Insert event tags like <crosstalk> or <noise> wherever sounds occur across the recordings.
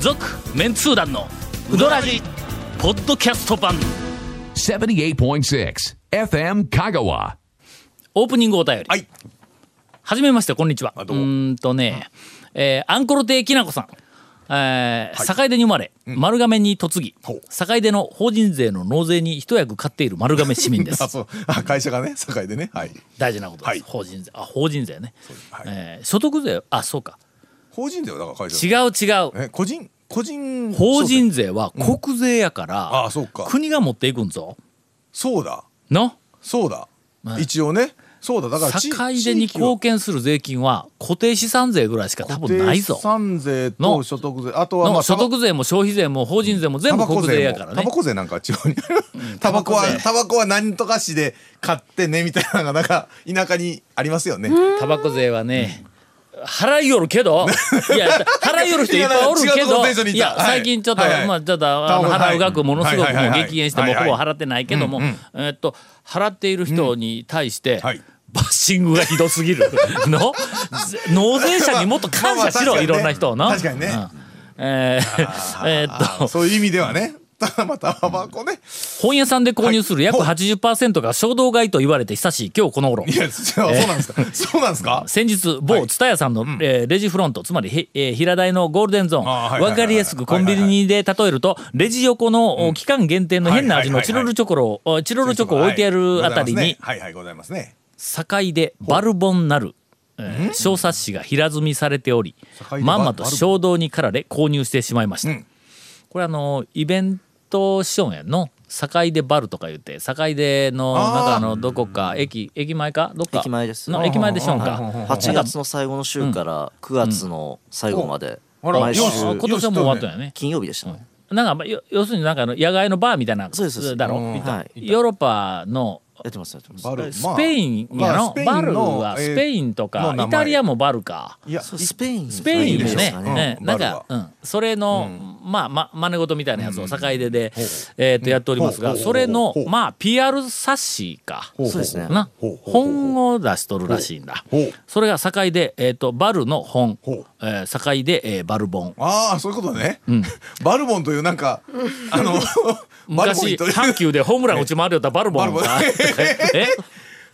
続メンツー団のウドラジポッドキャスト版78.6 FM Kagawa. オープニングお便りはい。はじめましてこんにちはどうもーんとね、えーアンコロ亭きなこさんえー坂出に生まれ、丸亀に嫁ぎほう坂出の法人税の納税に一役買っている丸亀市民です <laughs> あ、そう。あ、会社がね、境でね。はい。大事なことです、はい法人税あ法人税ね、はいえー所得税あそうか法人だよ、だから会社。違う違うえ、個人、個人。法人税は国税やから、あそうか国が持っていくんぞそうだ。のそうだ。はい一応ね。そうだ。だから境出に貢献する税金は固定資産税ぐらいしか多分ないぞ産税のと所得税、あとはまのあ所得税も消費税も法人税も全タ部バコ国税税もやからタねバコ税なんかは地方にある。 <laughs> タバコはタバコ税タバコは何とか市で買ってねみたいなのがなんか田舎にありますよね。タバコ税はね、払いよるけど、 <laughs> いや、払いよる人いっぱいおるけ違うとこど、テンションにいたや、はい最近ちょっと、はいはいまあ、ちょっと、あのタバコ払う額ものすごくはいもはういはい激減して、もうほぼ払ってないけども、えっと、払っている人に対してはい、バッシングがひどすぎる <laughs> のぜ納税者にもっと感謝しろ、まあまあいろんな人をな。確かにねうんえー <laughs> えーっとそういう意味で <laughs> はね。ただまあタバコね。本屋さんで購入する約80%が衝動買いと言われて久しい今日この頃いや、そうそうなんですか。そうなんですか。先日某蔦屋さんの、えーレジフロントつまりへ、えー平台のゴールデンゾーンわ、あーはいはいはいはいかりやすくコンビニで例えるとレジ横の、お期間限定の変な味のチロルチョコを、おチロルチョコを置いてあるあたりにはいはいございますね。境でバルボンなる、えー小冊子が平積みされており境でバまんまと衝動に駆られ購入してしまいました、んこれあのイベントションやんの境でバルとか言って境でのあーなんかあのどこか駅駅前かどっか駅前ですの駅前でションか8月の最後の週から9月の最後までうんあら毎週よしあ今年はもう終わったんやね。金曜日でしたねなんかまあよ要するになんかあの野外のバーみたいなそうですそうですだろ、うんはいヨーロッパのやってますやってますバルスペインやまあの、スペインバのルはえースペインとか、の名前イタリアもバルかいや、そうスペインスペインでですすかねね、ねうんなんか、バうん、それの、まあま真似事みたいなやつを境出で、えー、とやっておりますが、ほうほうそれのほうまあ PR 冊子か、ほそうですねなほうほうほう本を出しとるらしいんだほうそれが境で、えー、とバルの本、ほうえー境で、えーバル本ああそういうことね、バルボンというなんかあのバルボン昔という阪急でホームラン打ち回るよったバルボンがバルボン <laughs> え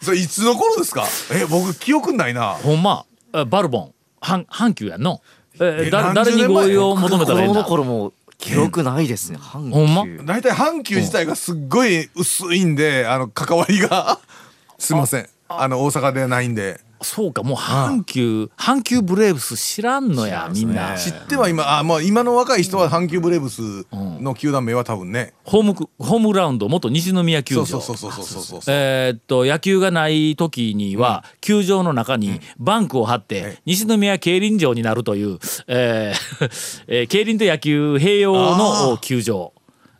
それいつの頃ですかえ僕記憶ないなほんまあバルボン阪阪急やんのええだ何誰十に年前合意を子求めたらええん供のだ頃も記憶ないですね阪ほんま急大体阪急自体がすっごい薄いんであの関わりが <laughs> すいませんあの大阪ではないんでそうかもう阪急阪急ブレーブス知らんのやみんな知っては今あもう今の若い人は阪急ブレーブスの球団名は多分ね、ホームクホームグラウンド元西宮球そう場そうそうそうそうそうそうえーっと野球がない時には球場の中にバンクを張って西宮競輪場になるという、えー <laughs> えー競輪と野球併用の球場、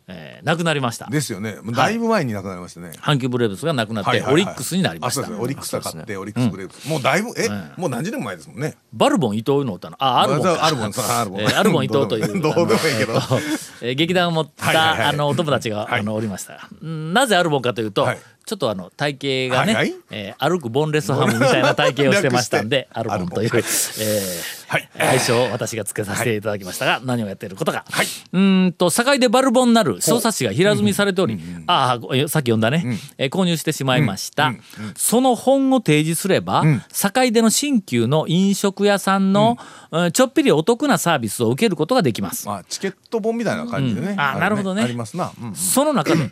えーなくなりましたですよねもうだいぶ前に亡くなりましたね、阪急ブレーブスがなくなって、はいはいはいオリックスになりまあしそうたですねオリックスが勝って、オリックスブレーブスもうだいぶえ、もう何十年も前ですもんねバルボン伊藤の歌のあアルボンかアルボンさんアルボ <laughs> ン、えーアルボン伊藤というどうでもいいけどあの <laughs> えー劇団を持った、はいはいはいあのお友達が、あのおりましたんなぜアルボンかというと、はいちょっとあの体型がね、はいはいえー歩くボンレスハムみたいな体型をしてましたん <laughs> でアル略しボてンという、えーはい愛称を私がつけさせていただきましたが、何をやっていることか、はいうーんと境でバルボンなる小冊子が平積みされており、ああごさっき読んだね、えー購入してしまいました、その本を提示すれば、境での新旧の飲食屋さんの、うんちょっぴりお得なサービスを受けることができます、まあ、チケット本みたいな感じでね。んあなるほどねありますな。うんその中で、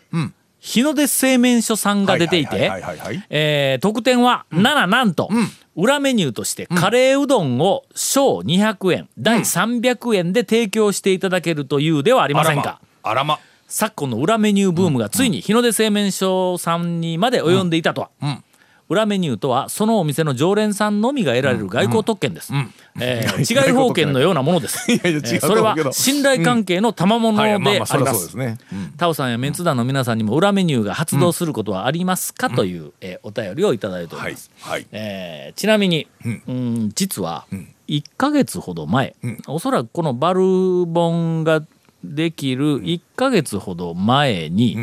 日の出製麺所さんが出ていはていはいはいはいはいえー特典は、ならなんと、裏メニューとしてカレーうどんを小200円、第300円で提供していただけるというではありませんか。あらま。昨今の裏メニューブームがついに日の出製麺所さんにまで及んでいたとは、裏メニューとはそのお店の常連さんのみが得られる外交特権です、え <laughs> ー違い方権のようなものですいやいや違うえーそれはと思うけど信頼関係の賜物はい、まあでまあ、あそりりゃまそうですすね。タオさんやメンツ団の皆さんにも裏メニューが発動することはありますか、という、えーお便りをいただいておりはまいす、。はい。えーちなみに、うん実は1ヶ月ほど前、おそらくこのバルボンができる1ヶ月ほど前に、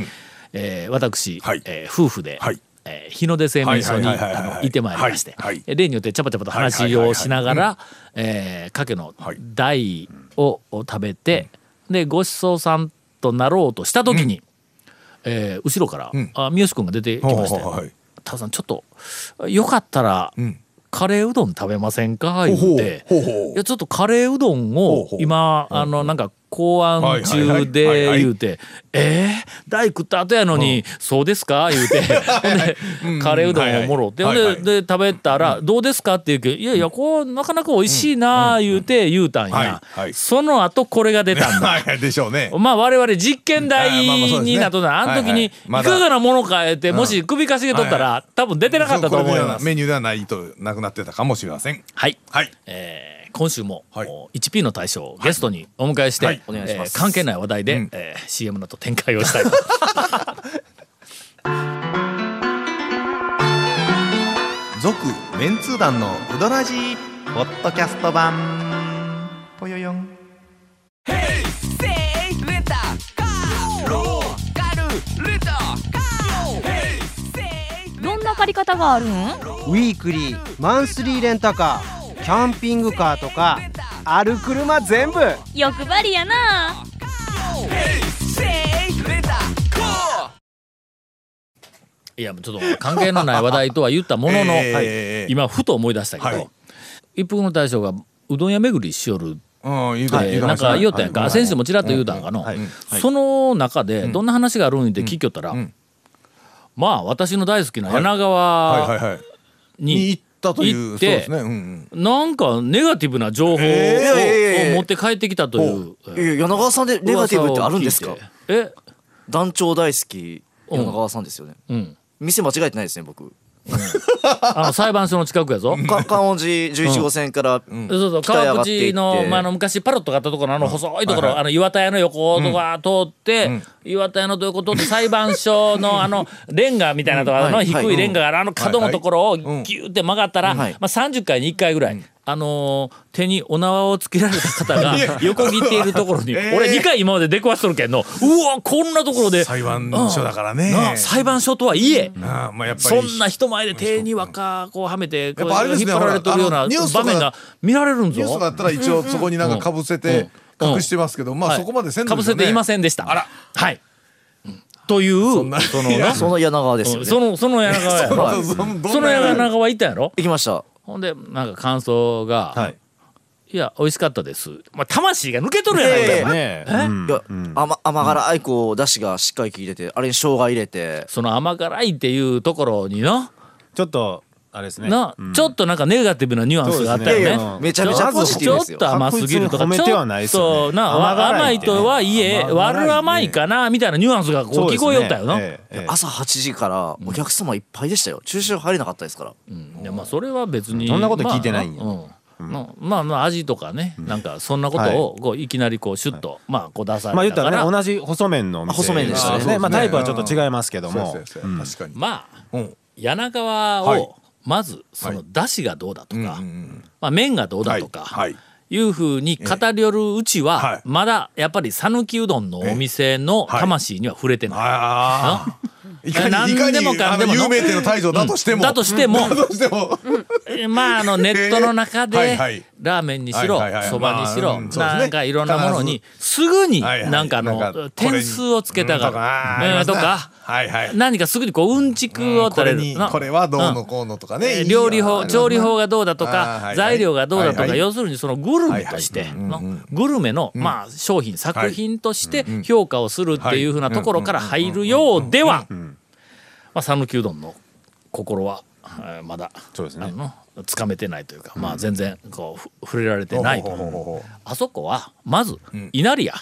えー私、はいえー夫婦で、はいえーー日の出製麺所にはいはいはいはいあの行ってまいりまして、はいはいえ例によってちゃばちゃばと話をしながらえーかけのはい台をを食べて、でごちそうさんとなろうとした時に、えー後ろから、んあ三好君が出てきましてほうほうはい「タオさんちょっとよかったら、んカレーうどん食べませんか?」言うてほうほうほういやちょっとカレーうどんほうをほう今あのなんか考案中はいはいはいはいではい言うて「えー、大食った後やのに、そうですか?」言う <laughs> てほんでカレーうどんをもろって、はいはいほんはいはいでで食べたら「どうですか?」って言うけど「いやいやこうなかなか美味しいな」言うて言うたんや、はいはいその後これが出たんだ。 <laughs> はいでしょうね。まあ我々実験台あーまあまあそうですねになっとったあの時にいはいはいまかだがなものかえてもし首かしげとったら多分出てなかったと思いまそうこれではす。メニューではないとなくなってたかもしれません。はいはい。えー今週も、はいもう 1P の大将をゲストにお迎えして、はいお願いしますえー関係ない話題で、うんえー CM のと展開を <laughs> したいと続メンツー団のウドラジポッドキャスト版ぽよよんどんな借り方があるんウィークリーマンスリーレンタカーキャンピングカーとかある車全部欲張りやないやもうちょっと関係のない話題とは言ったものの、えーはいえー今ふと思い出したけど、はい一服の大将がうどん屋巡りしよるうん、言うってなんか言おったやんか、先生もちらっと言うたんかの、その中でどんな話があるんって聞きよったら、んまあ私の大好きな柳はいはい川はい。にに行ったとい行っう。そうてですね。うんうん。なんかネガティブな情報を,、えーを持って帰ってきたという。えーいや柳川さんでネガティブってあるんですかえ団長大好き柳川さんですよね、うん店間違えてないですね僕あの裁判所の近くやぞ。か観音寺11号線から、そうそう北へ上が川っていって口の,、まあ、あの昔パロットがあったところのあの細いところ、あの岩田屋の横とか通って、岩田屋のとこ通って裁判所のあのレンガみたいなところのはい低はいいレンガがあるあの角のところをギューって曲がったら、はいまあ、30回に1回ぐらい。あのー手にお縄をつけられた方 <laughs> が横切っているところに、俺2回今まで出くわしとるけんのうわこんなところで裁判所だからね。なあ裁判所とはいえ、ああまあやっぱりそんな人前で手に輪っかこうはめてこうやっぱあれです引っね張られてほるらようなあのニュースと場か面が見られるんニュースがあぞ。ったら一応そこになんかかぶせてうんうん隠してますけど、まはあいそこまでせんかぶせていまん。せんでした。あらはい。というそんなのいやなその柳川ですようねんそのその柳川やろ。そうそうどんなその柳川行ったやろ。行きましたほんでなんか感想が、はいい、や美味しかったです。まあ魂が抜けとるやないかお前。ねえいや、甘甘辛愛子だしがしっかり効いててあれに生姜入れてその甘辛いっていうところにな、ちょっとあれですねな、ちょっとなんかネガティブなニュアンスがあったよそうですねねいやいや。めちゃめちゃポジティブですよちょっと甘すぎるとか、確実に褒ちめてょはないでっすよねとな、甘辛い甘いとはいえ、甘辛いね悪甘いかな、みたいなニュアンスがこう聞こえよったよな。ええええ朝8時からお客様いっぱいでしたよ駐車場入れなかったですから、いや、まあ、それは別に。そんなこと聞いてないんやまあうんのまあまあ味とかねなんかそんなことをこういきなりこうシュッとまあこう出さまあれ言ったかららね同じ細麺のお店細麺でしたねそうまあタイプはちょっと違いますけどそうもそうそう確かに。まあうん。柳川はいをまずその出汁がどうだとかうんうんうまあ麺がどうだはいとか、はい。いうふうに語りよるうちははいまだやっぱり讃岐うどんのお店のはい魂には触れてない。ああ。いかにいか何にでもかんでもあの有名店の大将だとしてうんも。だとしてもだとしても。えー <laughs> まああのネットの中で、はいはいラーメンにしろはいはいはいそば、にしろ、まあうんそうですねなんかいろんなものにすぐにはいはいなんかあの、なんかこれに点数をつけたがる、うんえーととかか、はいはい何かすぐにこううんちくをこ垂れれるになこれはどうのこうのとかね。いいえーよ料理法調理法がどうだとか、あーはいはい材料がどうだとか、はいはい要するにそのグルメとして、はいはいうんうんのグルメの、まあ、商品作品として評価をするっていうふうなところから入るようではまあ讃岐うどんの心は、えーまだそうですねあのつかめてないというか、まあ、全然こうふ触れられてないとほうほうほうほうあそこはまず稲荷屋。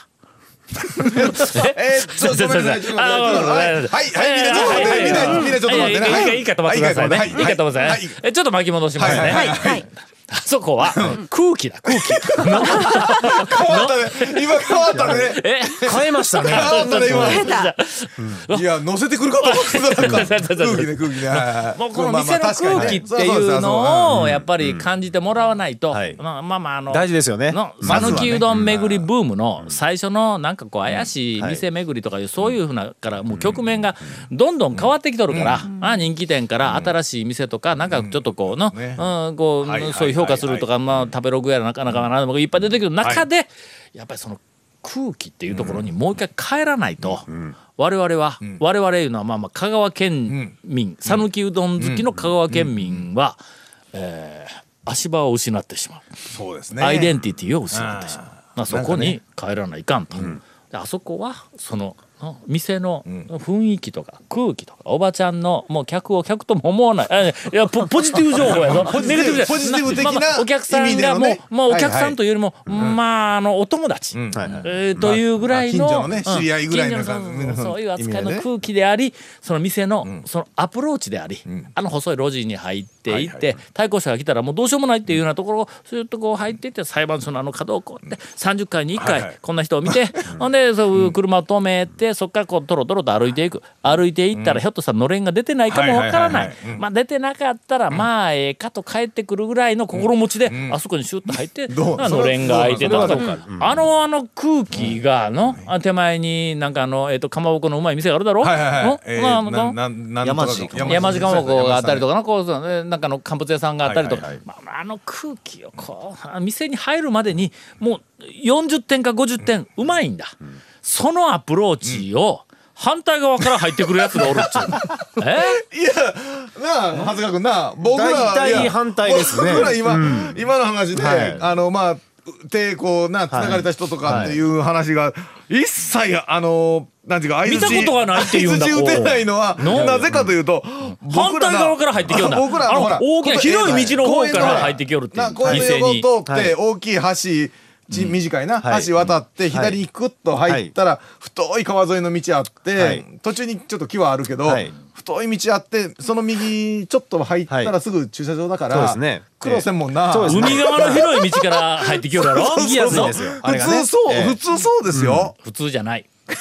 えーちょっとごめんなさいちょっとごめんなさいはいはいはいみんなちょっと待ってねみんなちょっと待ってねいいか、いいか、飛ばしてくださいね。いいか、飛ばしてくださいね。え、ちょっと巻き戻しますね。はいはいはいはいあそこは空気だ空気変わったね今変わったねえ変え <laughs> ましたね変わったね変えた今いや乗せてくるかと思ってたなんか <laughs> そうそうそう空気ね空気ねはいもうこの店のまあまあ確かにね空気ってそいそうそそのをやっぱり感じてもらわないと、はいまあまあまああの大事ですよねのまずは讃ね岐うどん巡りブームの最初のなんかこう怪しい店巡りとかいうそういうふうなからもう局面がどんどん変わってきとるから、まあ、人気店から新しい店とかなんかちょっとこうの、ねうんこうはいはいそういう評価するとか、まあ、食べログやらなかなかなかいっぱい出てくる中で、やっぱりその空気っていうところにもう一回帰らないと。我々は、我々いうのはまあまあ香川県民讃岐、うどん好きの香川県民は、えー足場を失ってしまう。そうですねアイデンティティを失ってしまう、まあ、そこに帰らないかんとであそこはそのあ店の雰囲気とか空気とかおばちゃんのもう客を客とも思わない <laughs> あいやポポジティブ情報やぞネガティブじゃいポジティブ的なまあまあお客さんがもう、意味でのねまあ、お客さんというよりも、まああのお友達、はいはいえーというぐらいの,、まあ近所のね知り合いぐらいの近所の感じそうそういう扱いの意味でね空気でありその店のそのアプローチであり、あの細い路地に入っていって、対向車が来たらもうどうしようもないっていうようなところをスーッとこう入っていって裁判所のあの角をこうやって30回に1回こんな人を見て、ほんでそういう車を止めてそっからこうトロトロと歩いていく歩いていったらひょっとしたらのれんが出てないかもわからなはいいはまあ出てなかったらまあええかと帰ってくるぐらいの心持ちで、あそこにシュッと入って、どうまあのれんが開いてたとか。あのあの空気がの、あ手前になんかあのえっ、とかまぼこのうまい店があるだろ。はいはいはいのえまあーあのなななんとか山地山地かまぼこがあったりとかかのこうそうえーなんかあの乾物屋さんがあったりとか、はいはいまあまあ、あの空気をこうあ店に入るまでにもう40点か50点うまいんだ、そのアプローチを反対側から入ってくるやつがおるっちゅうの <laughs> えいやなあ長谷川君な僕ら大体いや反対ですね僕ら今今の話ではいあのまあ抵抗なつながれた人とかっていう話が一切あのなんていうか相槌見たことがないっていうんだ相槌打てないのはのなぜかというと反僕ら対な側から入ってきよるんだ <laughs> 僕らあのほら大きなこ広い道の方公園から入ってきよるっていうな公園店のに横を通って大きい橋ち短いな、はい橋渡って左にクッと入ったら、太い川沿いの道あって、はい途中にちょっと木はあるけど、はい太い道あってその右ちょっと入ったはらいすぐ駐車場だから、そうですね苦労せんもんな、そうですね海側の広い道から入ってきよるだ <laughs> ろ行きやすいんですよあれ普がね通そう、ええ普通そうですよ、普通じゃないえ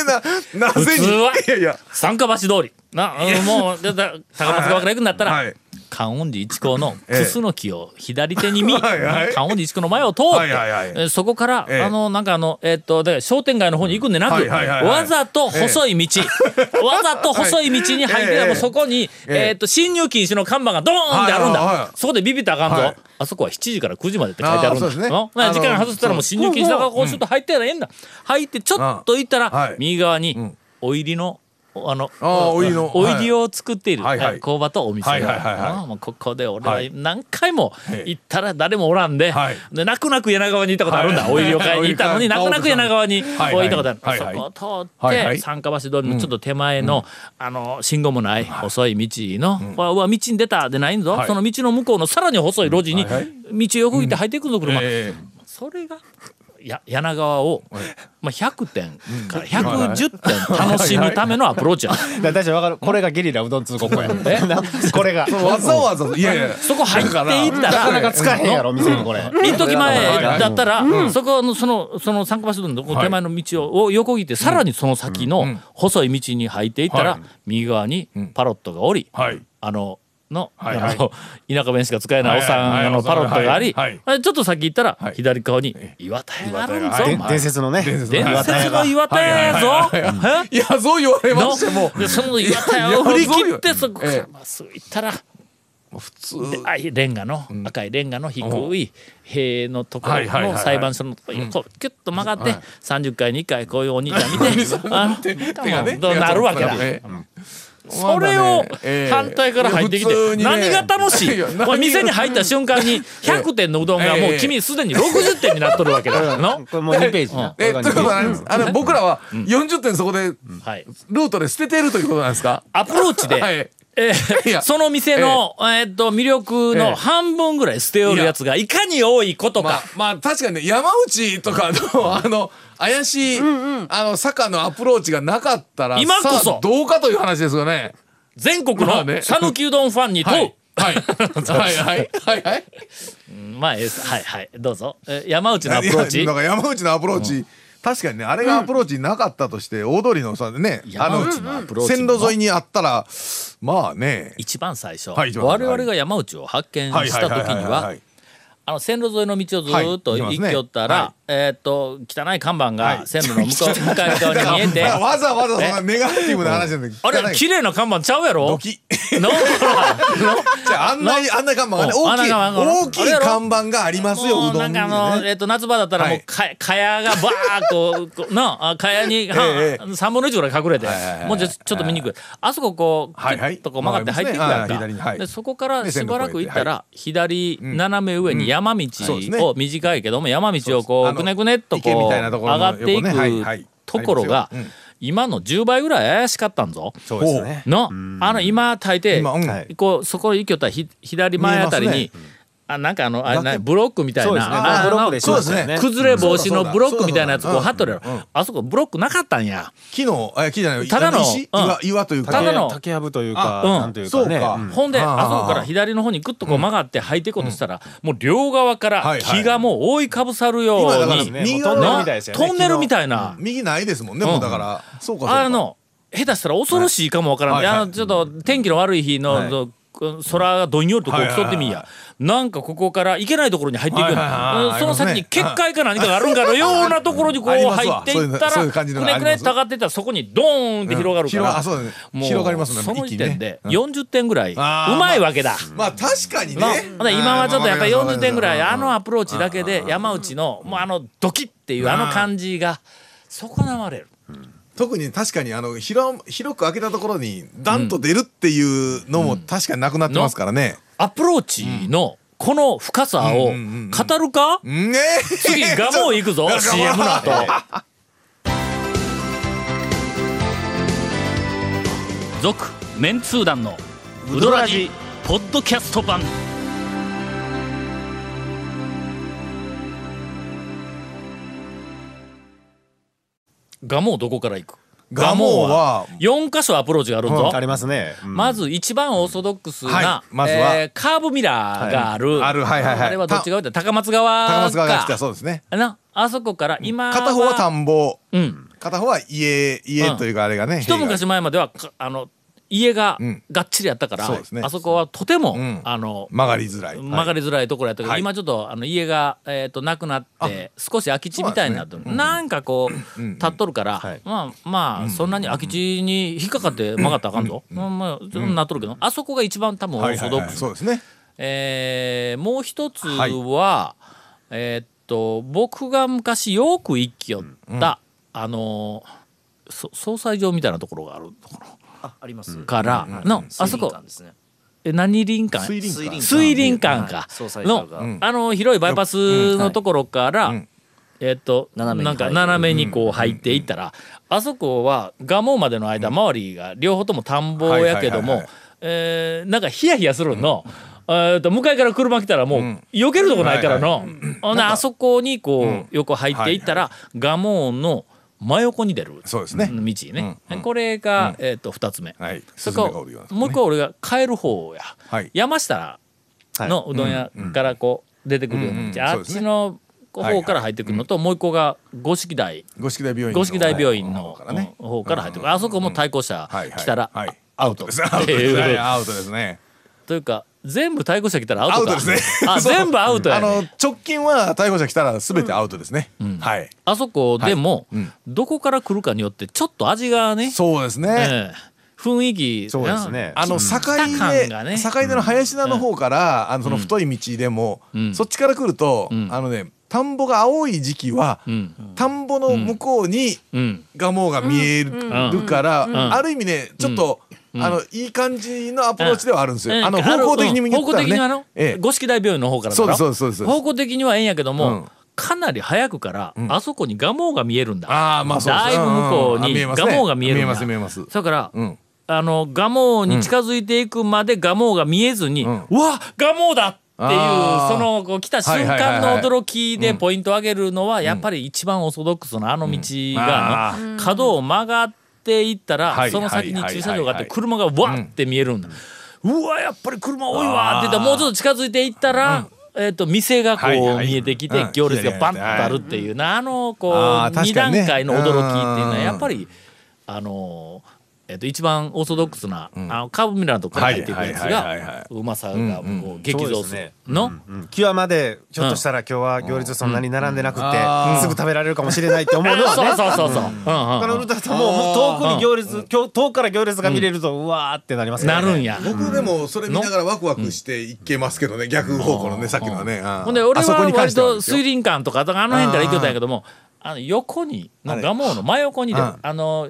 えなな普ぜ通にはいやいや三ヶ橋通りなあのもうだだ高松川から行くんだったら、はい観音寺一高のええクスの木を左手に見、 <laughs> はいはい観音寺一高の前を通って、はいはいはいえーそこから、ええあのなんかあのえーっとだから商店街の方に行くんでなく、はいはいはいはいわざと細い <laughs> 道、わざと細い道に入って、はいええもうそこに、えええーっと進入禁止の看板がドーンってあるんだ、はいはいはいそこでビビったらあかんぞ、はいあそこは7時から9時までって書いてあるんだあーそうですねのまあ時間あの外したらもう進入禁止だからこうちょっと入ってやらええんだ、入ってちょっと行ったら、あはい右側に、んお入りのあのあーお入りのおはい入りを作っている、はいはいあ工場とお店が、はいはいはいはいあーもうここで俺ははい何回もええ行ったら誰もおらんで,、はいで泣く泣く柳川に行ったことあるんだ、はいお入りを買いに行ったのにお入泣くり買い泣く柳川にこうはい行ったことある、はいはいそこを通って、はいはい三ヶ橋通りのちょっと手前の、あの信号もない細い道の、うわうわ道に出たでないんぞ、はいその道の向こうのさらに細い路地にはいは道いを横切って入っていくぞ車、ええそれがや柳川を、まあ、100点から110点楽しむためのアプローチやだから大体わかるこれがゲリラうどん通告やえなこれがわざわざいやいやそこ入っていったらなかなか使えへんやろ店にこれ一時前いはいだったら、そこの、その、その三角橋のとこ手前の道をを横切って、さらにその先の細い道に入っていったはらい、右側にパロットがおり、はいあの、の、はいはいあの田舎弁しか使えないおっさはいんはいあのパロットがあり、はいあれちょっと先行ったらはい左側に岩田屋があるんぞ、でお前伝説のね伝説の岩田屋やぞえいやそう言われまのしてもでその屋台を振り切ってそこかいらやまっすぐ行ったら普通であいレンガの赤いレンガの低い塀のとこはいろはいはいのはい裁判所のところにこうキュッと曲がって30回に1回こういうお兄ちゃん <laughs> 見てあ手がねどうなるわけだ。ええそれを反対から入ってきていや普通にね何が楽しいいや何がこれ店に入った瞬間に100点のうどんがもう君すでに60点になっとるわけだから <laughs> のこれもう2ページなえ、ということは何ですあの、僕らは40点そこで、はいルートで捨ててるということなんですかアプローチではい。えいー、やその店の、えーっと魅力えのえ半分ぐらい捨ておるやつがいかに多いことまあか、、まあ、確かにね、山内とかの、あの、怪しい、あの、坂のアプローチがなかったら、今こそさあどうかという話ですよね。全国まのあね讃岐うどんファンに問う、ははいいはいはいはいはいうんまあええですはいはいどうぞえ山内のアプローチいやなんか山内のアプローチ、確かにねあれがアプローチなかったとして大通りのさねあ山の内のアプローチ線路沿いにあったらまあね一番最初、はい一番最我初々が山内を発見した時にはあの線路沿いの道をずーっとはい行行きますきねよったら、はえーっと汚い看板が線路の向こう、向かいだ側にか <laughs> 見えてらわざわざそんなネガティブな話なんで聞あかなれい綺麗な看板ちゃうやろドキの <laughs> じゃああんなあんな看板がねうん大きいあんな看板が大きい看板がありますよもううどなんんにかあの、ねえっと夏場だったらもうか、かやがバーッこうこうなあかやに、 <laughs> ええはん三分の一ぐらい隠れて、いはいはいもうちょちょっと見にくい、あそここう、はいはいキュッとこう曲がって入っていくやんか、曲がりますねはい左にはいでそこからでしばらく行ったら、左ん斜め上に山道そうですを、ね短いけども山道をこそううくですねくねっとこあの池うみたいなところ上のがってい横ねはいくはいところが、ありますよ今の10倍ぐらい怪しかったんぞ。そうですねのあの今大抵今うんはいこうそこ行きよったらひ左前あたり見にえ。あなんかあのあれな崖ブロックみたいな、そうですねあブロックあのでそうですね崩れ防止のブロックみたいなやつそうこうだそうだ貼っとるやろ、あそこブロックなかったんや木のあ木じゃないただのあ石うん岩岩というかただの竹やぶというか、あうんなんというそかうね。か、うんほんではあはああそこから左の方にグッとこう曲がって入っていこうとしたら、もう両側からはいはい木がもう覆いかぶさるように、今だからね右もうトンネルみたないですよね。トンネルみたいな、右ないですもんね、うんもうだからそうかそうかあの下手したら恐ろしいかもわからん、はいはいあのちょっと天気の悪い日の、はいぞ空がどんよりとこう競ってみんや、なんかここから行けないところに入っていくようはいはいはいなはいその先ありにますね結界か何かがあるんかのようなところにこうあります入わっていったそういうそうらいう感じのくねくありねますと上がっていったらそこにドーンって広がるかうん広ら、あそうだねもう広がりますねその時点で一気にね40点ぐらい、うあーまいわけだ。まあ確かにねのほんで今はちょっとやっぱり40点ぐらいあのあアプローチだけで山内のもうあのドキッっていうあの感じが損なわれる。特に確かにあの広広く開けたところにダンと出るっていうのも確かになくなってますからね、アプローチのこの深さを語るかうんねえ次ガモ行くぞ CM の <laughs> 後続メンツー団のウドラジポッドキャスト版ガモどこから行くガモは4箇所アプローチがあるんぞ、ありますね。うんまず一番オーソドックスな、はいまずはえーカーブミラーがある、はいあるはいはいはいあれはどっち側だ高松川か高松川が来たそうですねなあそこから今は片方は田んぼうん、片方は家家というかあれがね、一昔前まではかあの家がうんがっちりやったから、そうですねあそこはとても、うんあの曲がりづらい曲がりづらいところやったけど、はい今ちょっとあの家が、えー、となくなって少し空き地みたいになってるな,、ん、かこう立っとるから、まあまあそんなに空き地に引っかかって曲がったらあかんぞ、まあまあそんななっとるけど、あそこが一番多分オはいーはソいドはッいクスそうですねえーもう一つは、はいえーっと僕が昔よく行きよった、あのーそ総裁場みたいなところがあるとこあありますろから、のあそこ水林館ですねえ何林間水林館水林館か、はい総裁の館が、うんあの広いバイパスのところから、うんえっと斜めになんか入る斜めにこう入っていったら、あそこは蒲生までの間、周りが両方とも田んぼやけども、はいはいはいはいえーなんかヒヤヒヤするの。えーと向かいから車来たらもううん避けるとこないからの、ほんでなんかあそこにこう、うん横入っていったら蒲生、の真横に出るそうですね道ね、うんうんこれが、えー、と2つ目、はいそスズメがこおるようなとこねもう一個俺が帰る方や、はい山下のうどん屋からこう出てくるよううんうなん道あそうっですちねの方から入ってくるのともう一個が五色台五色大病院五色大病院の方からねうん方から入ってくるあそこも対向車はいはい来たらはいアアウウト <laughs> トっですアてウトですいねうアウトですねというか全部対向車来たらアアウウトトかですねあ <laughs> そう全部アウトやあのね直近は逮捕者来たら全てアウトですねはいあそこでもはいうんどこから来るかによってちょっと味がねそうですねええ雰囲気そうですね。あの境感でがね境での林田の方からあのその太い道でもんそっちから来るとんあのね田んぼが青い時期はうん田んぼの向こうにうんガモが見えるからある意味ねちょっとあのいい感じのアプローチではあるんですうんよあの方向的に見方向的にはのええ五色大病院の方からだそうろですそうですそうです方向的にはええんやけども、うんかなり早くから、んあそこに蒲生が見えるんだあーまあそうですだいぶ向こううんうんあに見蒲えますね生が見えるんだ見えます見えますだから、うんあの蒲生に近づいていくまで蒲生が見えずに、ううんわ蒲生だっていうあーそのこう来た瞬はいは間いはいはのい驚きでポイントを上げるのはやっぱり一番オーソドックスなあの道がの、角を曲がっていったら、はいその先にはいはい駐車場があっはていはい車がわって見えるんだ、うわやっぱり車多いわって言ったらもうちょっと近づいていったら、えっと店がこはいはうい見えてきうてん行列がバンと左にああるっていうなあのこうあー2確か段にね階の驚きっていうのはうんやっぱりあのーえっと一番オーソドックスなあのカーブミラーのとこから入っていくやつはいはいはいはいはがうまさがこう激増するのうんキュアまでちょっとしたら今日は行列そんなに並んでなくてすぐ食べられるかもしれないって思うのはねそうそうそうそううん他のうんルートだともう遠くに行列今日遠くから行列が見れるとうわーってなりますからなねるんや僕でもそれ見ながらワクワクしていけますけどね逆方向のねさっきのはねほんで俺あそこはに関割してはとですよ水林館とかあの辺から行ってたんやけどもあの横にの蒲生の真横にでああの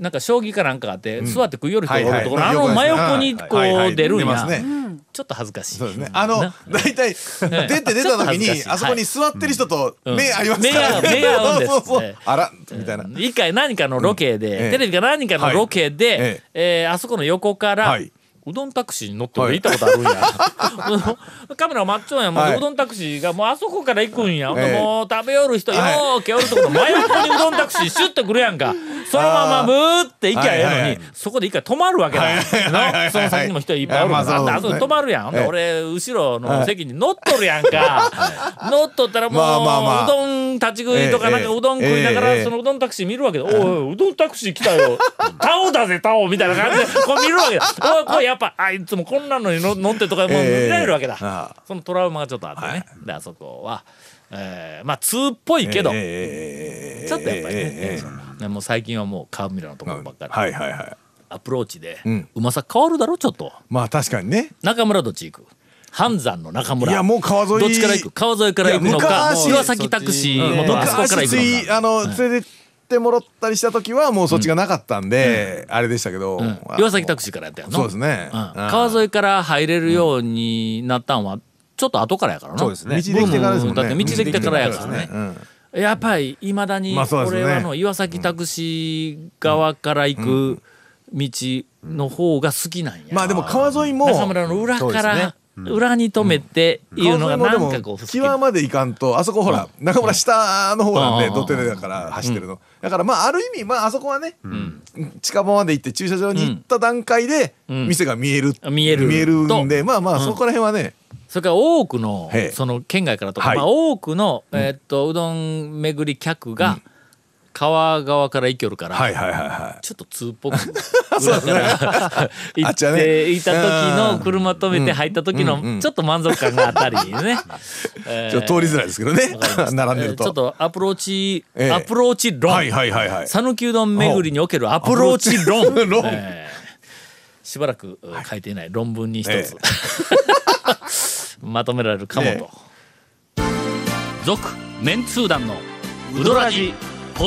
なんか将棋かなんかがあって座って食いよる人がおるところはいあはいの真横にこはいはうい出る出んますやねちょっと恥ずかしいそうですねあのな大体出て出た時ちょっと恥ずにかしいあそこに座ってる人とうん目ありますからね目が目が合うんですそうそうそうええ <laughs> あらみたいな一回何かのロケで、ええテレビか何かのロケで、はいええーあそこの横から、はいうどんタクシーに乗って俺行ったことあるんや、 <laughs> カメラ待っちょんやもう、はいうどんタクシーがもうあそこから行くんや、ほんでええもう食べよる人、はいようけおるとこの真横にうどんタクシーシュッと来るやんかそのままブーって行きゃええのに、はいはいはいそこで一回止まるわけだ、はいはいのその先にも人いっぱいおるから、はいはいまああそうですねそこで止まるやん、ほんでええ俺後ろの席に乗っとるやんか、乗っとったらもう,、まあまあまあうどん立ち食いとか、ええなんかうどん食いながら、ええそのうどんタクシー見るわけで「おいおいうどんタクシー来た <laughs> よタオだぜタオ」みたいな感じでこう見るわけだ「おいこれやっぱあいつもこんなのにの乗って」とかもう見ええられるわけだ、あそのトラウマがちょっとあってね、であそこは、えーまあ通っぽいけど、ええちょっとやっぱりね、ええええねもう最近はもうカーブミラーのところばっかり、はいはいはいアプローチで、うんまさ変わるだろちょっとまあ確かにね中村どっち行く半山の中村いやもう川沿いどっちから行く川沿いから行くのいやか昔岩崎タクシー元あそこから昔行つくのかいあの連れてってもらったりした時はもうそっちがなかったんであれでしたけどうん岩崎タクシーからやったよなそうですねうんうん川沿いから入れるようになったんはちょっと後からやからなそうです道でねきてからですもんねだって道できてからやからねうんやっぱりいまだにまあそうです俺ねはあの岩崎タクシー側から行く道の方が好きなんや、まあでも川沿いも中村の裏から裏に止めていうのが川な沿もんでかこもう好き際まで行かんとあそこほら中村下の方なんうでん土手でだから走ってるのだからまあある意味まああそこはね近場まで行って駐車場に行った段階でん店が見える見える見えるんでまあまあそこら辺はねそれから多くのええその県外からとか、はいまあ、多くの、えーっとうどん巡り客が川側から行きよるから、いはいはいはいちょっと通っ <laughs> ぽく裏から行あっっちはねていた時の車止めて入った時のちょっと満足感があったりね、えー <laughs> ちょっと通りづらいですけどね <laughs> 並んでるとちょっとアプローチ、ええアプローチ論はいはいはいはい讃岐うどん巡りにおけるアプローチ論アプローチ論えーしばらくう書いていない論文に一つ、<laughs> えまとめられるかもえと「続、メンツー団のウドラジポ